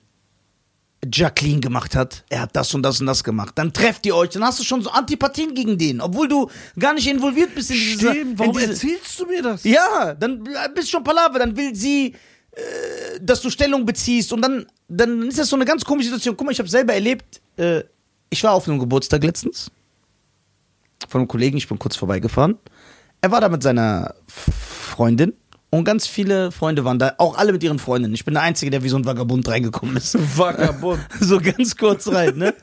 B: Jacqueline gemacht hat? Er hat das und das und das gemacht. Dann trefft ihr euch, dann hast du schon so Antipathien gegen den, obwohl du gar nicht involviert bist in diese in diese,
A: erzählst du mir das?
B: Ja, dann bist du schon Palaver, dann will sie äh, dass du Stellung beziehst und dann, dann ist das so eine ganz komische Situation. Guck mal, ich habe selber erlebt, äh, ich war auf einem Geburtstag letztens von einem Kollegen, ich bin kurz vorbeigefahren. Er war da mit seiner Freundin und ganz viele Freunde waren da, auch alle mit ihren Freundinnen. Ich bin der Einzige, der wie so ein Vagabund reingekommen ist.
A: Vagabund.
B: so ganz kurz rein, ne?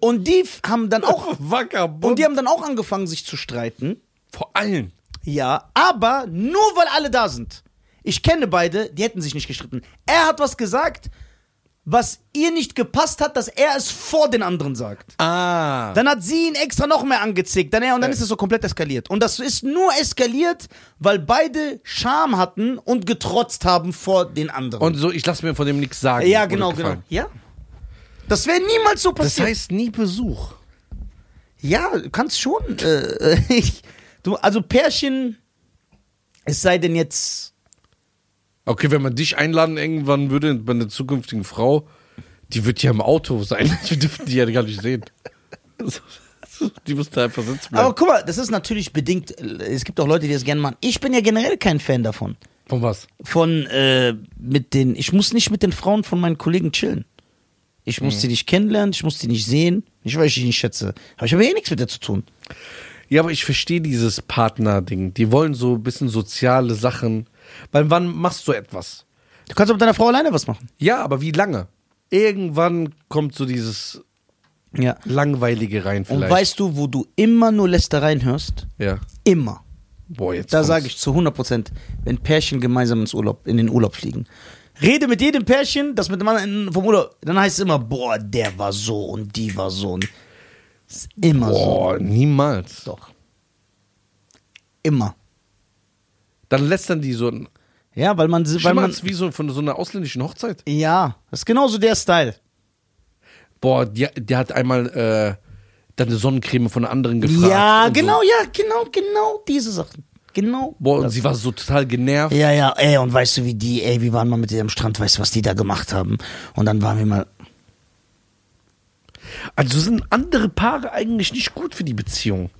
B: Und die f- haben dann auch
A: Vagabund.
B: und die haben dann auch angefangen, sich zu streiten.
A: Vor allen.
B: Ja, aber nur weil alle da sind. Ich kenne beide, die hätten sich nicht gestritten. Er hat was gesagt, was ihr nicht gepasst hat, dass er es vor den anderen sagt.
A: Ah.
B: Dann hat sie ihn extra noch mehr angezickt. Dann er und dann ist es so komplett eskaliert. Und das ist nur eskaliert, weil beide Scham hatten und getrotzt haben vor den anderen.
A: Und so, ich lasse mir von dem nichts sagen.
B: ja,
A: wurde
B: genau, genau.
A: gefallen.
B: Ja. Das wäre niemals so
A: Das
B: passiert.
A: heißt nie Besuch.
B: Ja, du kannst schon. Äh, ich, du, also Pärchen, es sei denn jetzt.
A: Okay, wenn man dich einladen irgendwann würde, bei einer zukünftigen Frau, die wird ja im Auto sein. Wir dürfen die ja gar nicht sehen. Die muss da einfach sitzen bleiben.
B: Aber guck mal, das ist natürlich bedingt. äh, Es gibt auch Leute, die das gerne machen. Ich bin ja generell kein Fan davon.
A: Von was?
B: Von äh, mit den. Ich muss nicht mit den Frauen von meinen Kollegen chillen. Ich muss die nicht kennenlernen, ich muss die nicht sehen. Nicht, weil ich die nicht schätze. Aber ich habe eh nichts mit der zu tun.
A: Ja, aber ich verstehe dieses Partner-Ding. Die wollen so ein bisschen soziale Sachen. Weil wann machst du etwas?
B: Du kannst auch mit deiner Frau alleine was machen.
A: Ja, aber wie lange? Irgendwann kommt so dieses
B: Ja.
A: Langweilige rein
B: Und
A: vielleicht.
B: weißt du, wo du immer nur Lästereien hörst?
A: ja.
B: Immer.
A: Boah, jetzt
B: Da
A: kommt's.
B: sage ich zu 100 Prozent, wenn Pärchen gemeinsam ins Urlaub, in den Urlaub fliegen. Rede mit jedem Pärchen, das mit dem anderen vom Urlaub. Dann heißt es immer, boah, der war so und die war so. Und ist immer
A: Boah, niemals.
B: so. Doch. Immer.
A: Dann lästern die so. ein-
B: Ja, weil man. Weil man
A: Schimmert's wie so von so einer ausländischen Hochzeit.
B: ja, das ist genauso der Style.
A: Boah, der, der hat einmal äh, dann eine Sonnencreme von einer anderen gefragt.
B: ja,
A: und
B: genau,
A: So.
B: ja, genau, genau diese Sachen. Genau.
A: Boah, und sie war so total genervt.
B: Ja, ja, ey, und weißt du, wie die, ey, wir waren mal mit dir am Strand, weißt du, was die da gemacht haben? Und dann waren wir mal.
A: Also sind andere Paare eigentlich nicht gut für die Beziehung.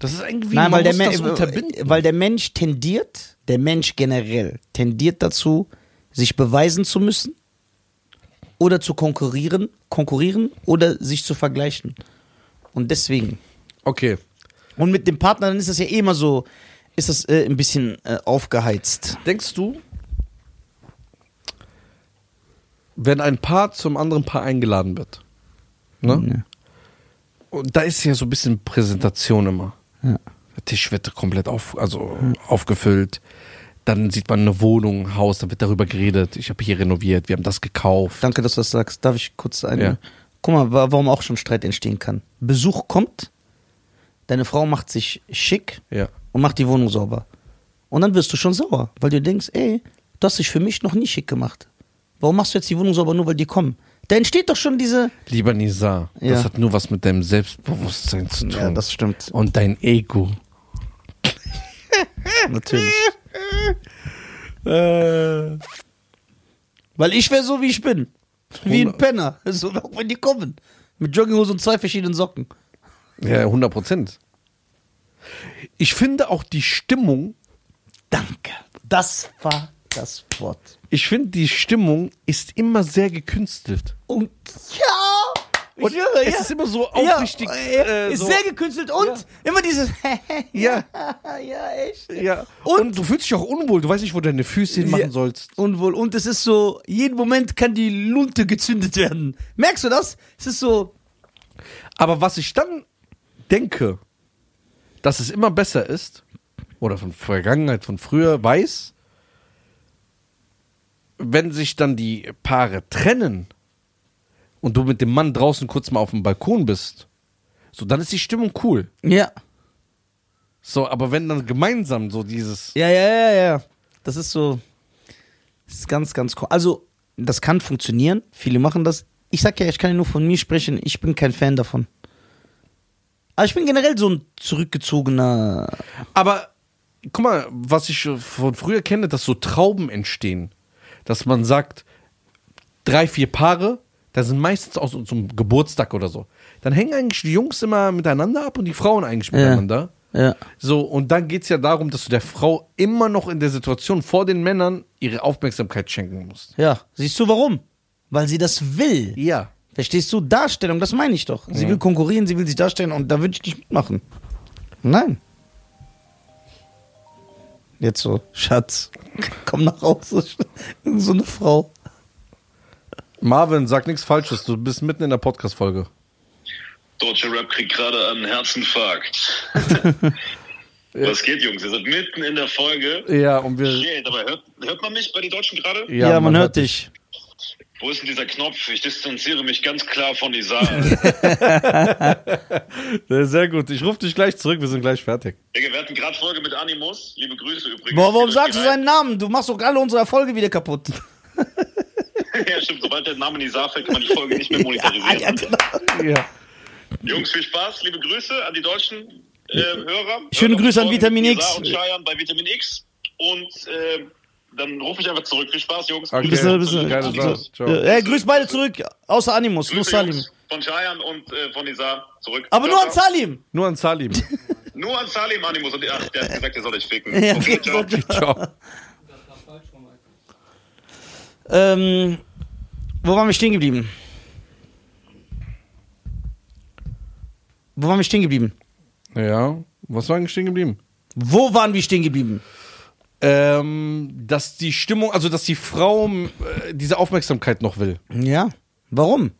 A: Das ist irgendwie,
B: Nein,
A: man
B: weil der,
A: muss das
B: Men-
A: unterbinden.
B: weil der Mensch tendiert, der Mensch generell tendiert dazu, sich beweisen zu müssen oder zu konkurrieren, konkurrieren oder sich zu vergleichen. Und deswegen.
A: Okay.
B: Und mit dem Partner, dann ist das ja eh immer so, ist das äh, ein bisschen äh, aufgeheizt.
A: Denkst du, wenn ein Paar zum anderen Paar eingeladen wird, ne?
B: Ja.
A: Und da ist ja so ein bisschen Präsentation immer.
B: Ja.
A: Der Tisch wird komplett auf, also aufgefüllt. Dann sieht man eine Wohnung, ein Haus, dann wird darüber geredet. Ich habe hier renoviert, wir haben das gekauft.
B: Danke, dass du das sagst. Darf ich kurz ein?
A: Ja.
B: Guck mal, wa- warum auch schon Streit entstehen kann. Besuch kommt, deine Frau macht sich schick
A: Ja.
B: und macht die Wohnung sauber. Und dann wirst du schon sauer, weil du denkst, ey, du hast dich für mich noch nie schick gemacht. Warum machst du jetzt die Wohnung sauber, nur weil die kommen? Da entsteht doch schon diese.
A: Lieber Nizar,
B: Ja.
A: das hat nur was mit deinem Selbstbewusstsein zu tun.
B: stimmt.
A: Und dein Ego.
B: Natürlich. Weil ich wäre so, wie ich bin. Wie ein Penner. So, auch wenn die kommen. Mit Jogginghose und zwei verschiedenen Socken.
A: Ja, 100 Prozent. Ich finde auch die Stimmung,
B: Danke. Das war das Wort.
A: ich finde die Stimmung ist immer sehr gekünstelt.
B: Und ja! Ich
A: Und
B: höre,
A: es
B: ja.
A: ist immer so aufrichtig.
B: Ja,
A: äh,
B: äh, ist
A: so.
B: sehr gekünstelt und immer dieses.
A: Ja.
B: ja, echt.
A: ja.
B: Und-
A: Und, du fühlst dich auch unwohl. Du weißt nicht, wo du deine Füße hinmachen
B: Ja.
A: sollst.
B: Unwohl. Und es ist so, jeden Moment kann die Lunte gezündet werden. Merkst du das? Es ist so.
A: Aber was ich dann denke, dass es immer besser ist, oder von Vergangenheit, von früher weiß, wenn sich dann die Paare trennen und du mit dem Mann draußen kurz mal auf dem Balkon bist, so dann ist die Stimmung cool.
B: Ja.
A: So, aber wenn dann gemeinsam so dieses.
B: Ja, ja, ja, ja. Das ist so. Das ist ganz, ganz cool. Also, das kann funktionieren. Viele machen das. Ich sag ja, ich kann ja nur von mir sprechen. Ich bin kein Fan davon. Aber ich bin generell so ein zurückgezogener.
A: Aber guck mal, was ich äh, von früher kenne, dass so Trauben entstehen. Dass man sagt, drei, vier Paare, da sind meistens auch so zum Geburtstag oder so. Dann hängen eigentlich die Jungs immer miteinander ab und die Frauen eigentlich
B: Ja.
A: miteinander.
B: Ja.
A: So, und dann geht es ja darum, dass du der Frau immer noch in der Situation vor den Männern ihre Aufmerksamkeit schenken musst.
B: ja. Siehst du warum? Weil sie das will.
A: Ja.
B: Verstehst du? Darstellung, das meine ich doch. Sie will konkurrieren, sie will sich darstellen und da würde ich nicht mitmachen. Nein. Jetzt so, Schatz, komm nach Hause. So eine Frau.
A: Marvin, sag nichts Falsches, du bist mitten in der Podcast-Folge.
D: Deutscher Rap kriegt gerade einen Herzinfarkt. Was geht, Jungs? Ihr seid mitten in der Folge.
A: Ja, und wir.
D: Shit, aber hört, hört man mich bei den Deutschen gerade?
B: Ja, man, hört dich.
D: Wo ist denn dieser Knopf? Ich distanziere mich ganz klar von Isar.
A: Sehr, sehr gut. Ich rufe dich gleich zurück, wir sind gleich fertig.
D: Digga, wir hatten gerade Folge mit Animus. Liebe Grüße übrigens.
B: Boah, warum
D: Geht
B: sagst du
D: rein.
B: seinen Namen? Du machst doch alle unsere Erfolge wieder kaputt.
D: Ja, stimmt. Sobald der Name Isar fällt, kann man die Folge nicht mehr monetarisieren.
B: ja, genau.
A: Ja.
D: Jungs, viel Spaß. Liebe Grüße an die deutschen äh, Hörer.
B: Schöne
D: Hört
B: Grüße
D: auf
B: an
D: die Folge
B: Vitamin
D: mit
B: X.
D: Isar und Cheyenne bei Vitamin X. Und äh, dann rufe ich einfach zurück. Viel Spaß, Jungs.
A: Okay.
D: Grüße.
B: Bisschen, bisschen.
A: Keine Sache. Ciao.
B: Ja, ey, grüß beide zurück, außer Animus, nur
D: Grüße,
B: Salim.
D: Jungs, von Cheyenne und äh, von Isar zurück.
B: Aber
D: Ciao,
B: nur an
D: ciao.
B: Salim.
A: Nur an Salim.
D: Nur an Salim Animus. Und, ach, der hat gesagt, der soll dich ficken. äh,
B: Ja, genau.
D: okay, ciao.
A: Ciao.
B: Ähm, wo waren wir stehen geblieben? Wo waren wir stehen geblieben?
A: Ja. Was war eigentlich stehen geblieben?
B: Wo waren wir stehen geblieben?
A: Ähm, dass die Stimmung, also dass die Frau äh, diese Aufmerksamkeit noch will.
B: Ja. Warum?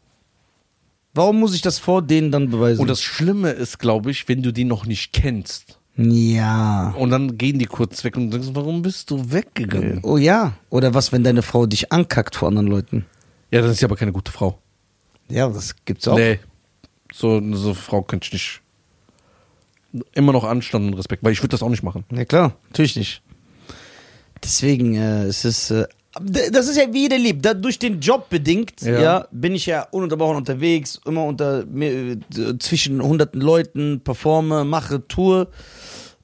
B: Warum muss ich das vor denen dann beweisen?
A: Und Oh, das Schlimme ist, glaube ich, wenn du die noch nicht kennst.
B: ja.
A: Und dann gehen die kurz weg und du denkst, warum bist du weggegangen?
B: Oh ja. Oder was, wenn deine Frau dich ankackt vor anderen Leuten?
A: Ja, dann ist sie aber keine gute Frau.
B: Ja, das gibt's auch.
A: Nee. So eine so Frau könnte ich nicht. Immer noch Anstand und Respekt, weil ich würde das auch nicht machen.
B: Ja klar, natürlich nicht. Deswegen äh, es ist es. Äh, d- das ist ja wie jeder liebt. Da, durch den Job bedingt, ja.
A: Ja.
B: bin ich ja ununterbrochen unterwegs, immer unter mir- äh, zwischen hunderten Leuten, performe, mache, Tour.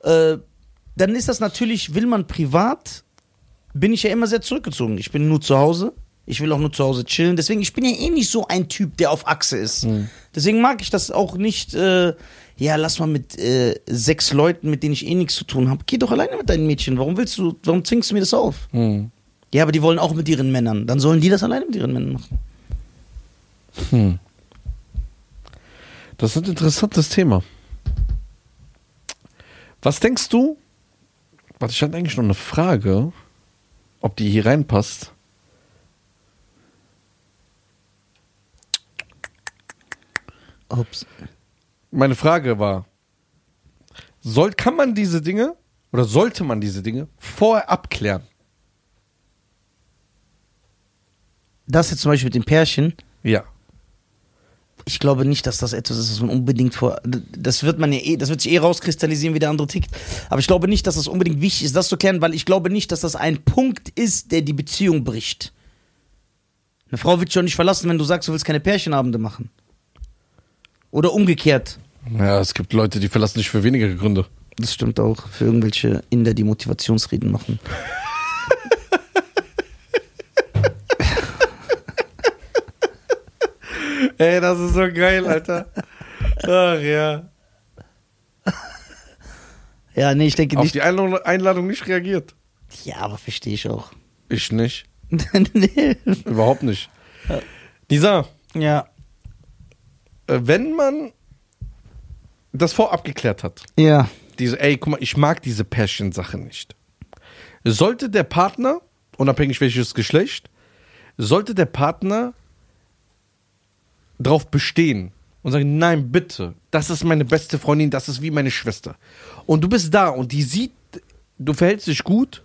B: Äh, dann ist das natürlich, will man privat, bin ich ja immer sehr zurückgezogen. Ich bin nur zu Hause. Ich will auch nur zu Hause chillen. Deswegen, ich bin ja eh nicht so ein Typ, der auf Achse ist. Deswegen mag ich das auch nicht. Äh, ja, lass mal mit äh, sechs Leuten, mit denen ich eh nichts zu tun habe. Geh doch alleine mit deinen Mädchen. Warum willst du, warum zwingst du mir das auf? Ja, aber die wollen auch mit ihren Männern. Dann sollen die das alleine mit ihren Männern machen.
A: Das ist ein interessantes Thema. Was denkst du? Warte, ich hatte eigentlich noch eine Frage, ob die hier reinpasst.
B: Ups.
A: Meine Frage war, soll, kann man diese Dinge oder sollte man diese Dinge vorher abklären?
B: Das jetzt zum Beispiel mit den Pärchen.
A: Ja.
B: Ich glaube nicht, dass das etwas ist, was man unbedingt vor. Das wird man ja eh, das wird sich eh rauskristallisieren, wie der andere tickt. Aber ich glaube nicht, dass das unbedingt wichtig ist, das zu klären, weil ich glaube nicht, dass das ein Punkt ist, der die Beziehung bricht. Eine Frau wird dich auch nicht verlassen, wenn du sagst, du willst keine Pärchenabende machen. Oder umgekehrt.
A: Ja, es gibt Leute, die verlassen dich für weniger Gründe.
B: Das stimmt auch für irgendwelche Inder, die Motivationsreden machen.
A: Ey, das ist so geil, Alter. Ach ja.
B: Ja, nee, ich denke
A: Auf
B: nicht.
A: die Einladung, Einladung nicht reagiert.
B: Ja, aber verstehe ich auch.
A: Ich nicht.
B: nee.
A: Überhaupt nicht. Nisa,
B: Ja,
A: äh, wenn man das vorab geklärt hat,
B: ja.
A: diese, ey, guck mal, ich mag diese Pärchensache nicht. Sollte der Partner, unabhängig welches Geschlecht, sollte der Partner drauf bestehen und sagen, nein, bitte, das ist meine beste Freundin, das ist wie meine Schwester. Und du bist da und die sieht, du verhältst dich gut,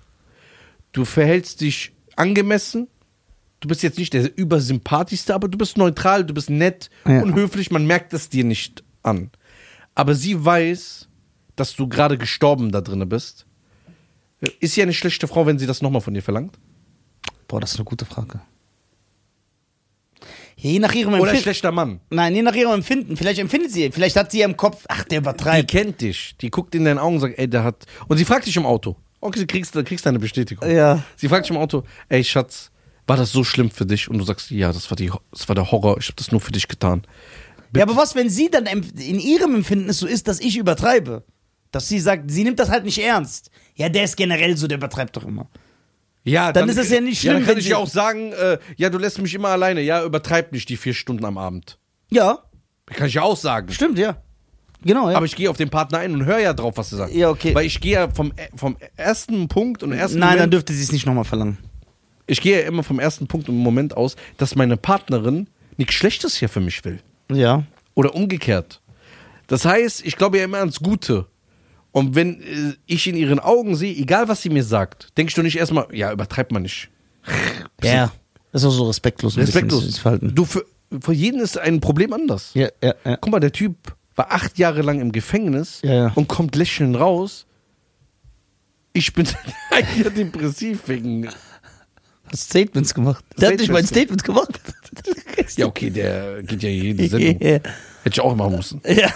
A: du verhältst dich angemessen, du bist jetzt nicht der übersympathischste, aber du bist neutral, du bist nett
B: Ja.
A: und höflich, man merkt es dir nicht an. Aber sie weiß, dass du gerade gestorben da drinne bist. Ist sie eine schlechte Frau, wenn sie das nochmal von dir verlangt?
B: Boah, das ist eine gute Frage. Je nach ihrem
A: Oder ein
B: Empfinden.
A: schlechter Mann?
B: Nein, je nach ihrem Empfinden. Vielleicht empfindet sie, vielleicht hat sie ja im Kopf, ach, der
A: Die
B: übertreibt.
A: kennt dich. Die guckt in deine Augen und sagt, ey, der hat. Und sie fragt dich im Auto. Okay, du kriegst, du kriegst deine Bestätigung.
B: Ja.
A: Sie fragt dich im Auto, ey, Schatz, war das so schlimm für dich? Und du sagst, ja, das war, die, das war der Horror. Ich habe das nur für dich getan.
B: Ja, aber was, wenn sie dann em- in ihrem Empfinden es so ist, dass ich übertreibe? Dass sie sagt, sie nimmt das halt nicht ernst. Ja, der ist generell so, der übertreibt doch immer.
A: Ja,
B: Dann ist es ja nicht
A: Ja,
B: schlimm,
A: dann kann
B: wenn
A: ich
B: sie-
A: ja auch sagen, äh, ja, du lässt mich immer alleine. Ja, übertreib nicht die vier Stunden am Abend.
B: Ja,
A: Kann ich ja auch sagen.
B: stimmt, ja. Genau, ja.
A: Aber ich gehe auf den Partner ein und höre ja drauf, was du sagst.
B: Ja, okay.
A: Weil ich gehe ja vom, äh, vom ersten Punkt und ersten
B: Nein, dann
A: Moment,
B: dürfte sie es nicht nochmal verlangen.
A: ich gehe ja immer vom ersten Punkt und Moment aus, dass meine Partnerin nichts Schlechtes hier für mich will.
B: Ja.
A: Oder umgekehrt. Das heißt, ich glaube ja immer ans Gute. Und wenn äh, ich in ihren Augen sehe, egal was sie mir sagt, denke ich doch nicht erstmal, ja, übertreibt man nicht.
B: Ja. Das ist auch so respektlos. ein bisschen, dieses
A: Respektlos.
B: Verhalten.
A: Du, für, für jeden ist ein Problem anders.
B: Ja, ja, ja.
A: Guck mal, der Typ war acht Jahre lang im Gefängnis
B: Ja, ja.
A: und kommt lächelnd raus. Ich bin ja depressiv wegen.
B: Hast Statements gemacht. Der hat nicht mal ein Statement gemacht.
A: Ja, okay, der geht ja jede Sendung.
B: Ja.
A: Hätte ich auch machen müssen.
B: Ja.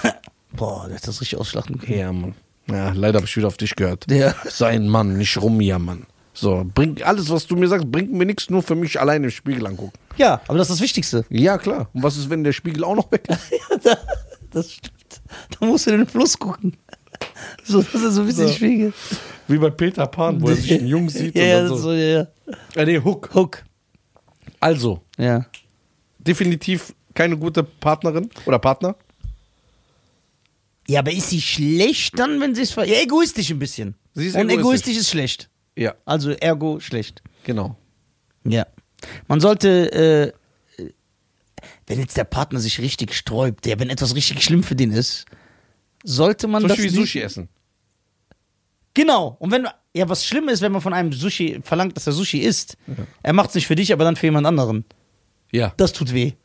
B: Boah, das ist richtig ausschlachten können.
A: Ja, Mann. Ja, leider habe ich wieder auf dich gehört.
B: Ja.
A: Sei ein Mann, nicht rumjammern. So, bring alles, was du mir sagst, bringt mir nichts, nur für mich alleine im Spiegel angucken.
B: Ja, aber das ist das Wichtigste.
A: Ja, klar. Und was ist, wenn der Spiegel auch noch weg ist?
B: Das stimmt. Da musst du in den Fluss gucken. So, das ist so ein bisschen
A: So.
B: schwierig.
A: Wie bei Peter Pan, wo er sich einen Jungen sieht.
B: ja,
A: und
B: das ist
A: dann so.
B: so, ja, ja.
A: Äh, nee, Hook.
B: Hook.
A: Also,
B: Ja.
A: definitiv keine gute Partnerin oder Partner.
B: Ja, aber ist sie schlecht dann, wenn sie es ver... Ja, egoistisch ein bisschen.
A: Sie ist
B: Und egoistisch.
A: egoistisch
B: ist schlecht.
A: Ja,
B: Also ergo schlecht.
A: genau.
B: Ja. Man sollte, äh, äh, wenn jetzt der Partner sich richtig sträubt, ja, wenn etwas richtig schlimm für den ist, sollte man
A: Zum
B: das
A: Beispiel wie
B: nicht-
A: Sushi essen.
B: Genau. Und wenn ja was schlimm ist, wenn man von einem Sushi verlangt, dass er Sushi isst, er macht es nicht für dich, aber dann für jemand anderen.
A: Ja.
B: Das tut weh.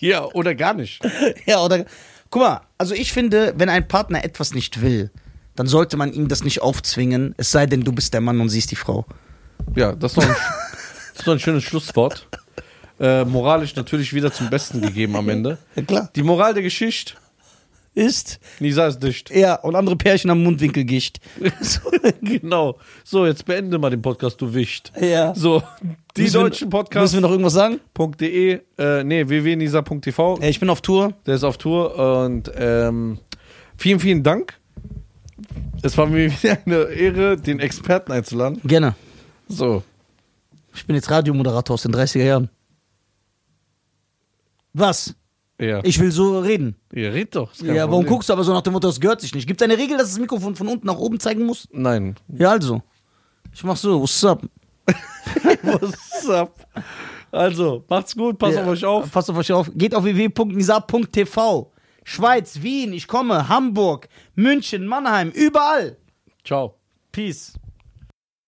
A: Ja, oder gar nicht.
B: ja, oder guck mal, also ich finde, wenn ein Partner etwas nicht will, dann sollte man ihm das nicht aufzwingen, es sei denn, du bist der Mann und sie ist die Frau.
A: Ja, das ist doch ein, das ist doch ein schönes Schlusswort. Äh, moralisch natürlich wieder zum Besten gegeben am Ende.
B: Ja, klar.
A: Die Moral der Geschichte,
B: Ist
A: Nisa ist dicht.
B: ja und andere Pärchen am Mundwinkelgicht. so,
A: Genau. So, jetzt beende mal den Podcast, du Wicht.
B: ja.
A: So, die
B: Müssen wir-
A: deutschen
B: Müssen wir noch irgendwas sagen?
A: Podcast.de, äh, nee, www.nisa.tv,
B: Äh, Ich bin auf Tour.
A: der ist auf Tour und ähm, vielen, vielen Dank. Es war mir wieder eine Ehre, den Experten einzuladen.
B: Gerne.
A: So.
B: Ich bin jetzt Radiomoderator aus den 30er Jahren. Was?
A: Ja.
B: Ich will so reden.
A: Ihr redet doch. ist kein
B: Ja, warum
A: Problem.
B: guckst du aber so nach dem Motto, das gehört sich nicht? Gibt es eine Regel, dass das Mikrofon von unten nach oben zeigen muss?
A: Nein.
B: Ja, also. Ich mach so, what's up?
A: What's up? Also, macht's gut, passt
B: Ja,
A: auf euch auf.
B: Passt auf euch auf. Geht auf www.nisa.tv. Schweiz, Wien, ich komme, Hamburg, München, Mannheim, überall.
A: Ciao.
B: Peace.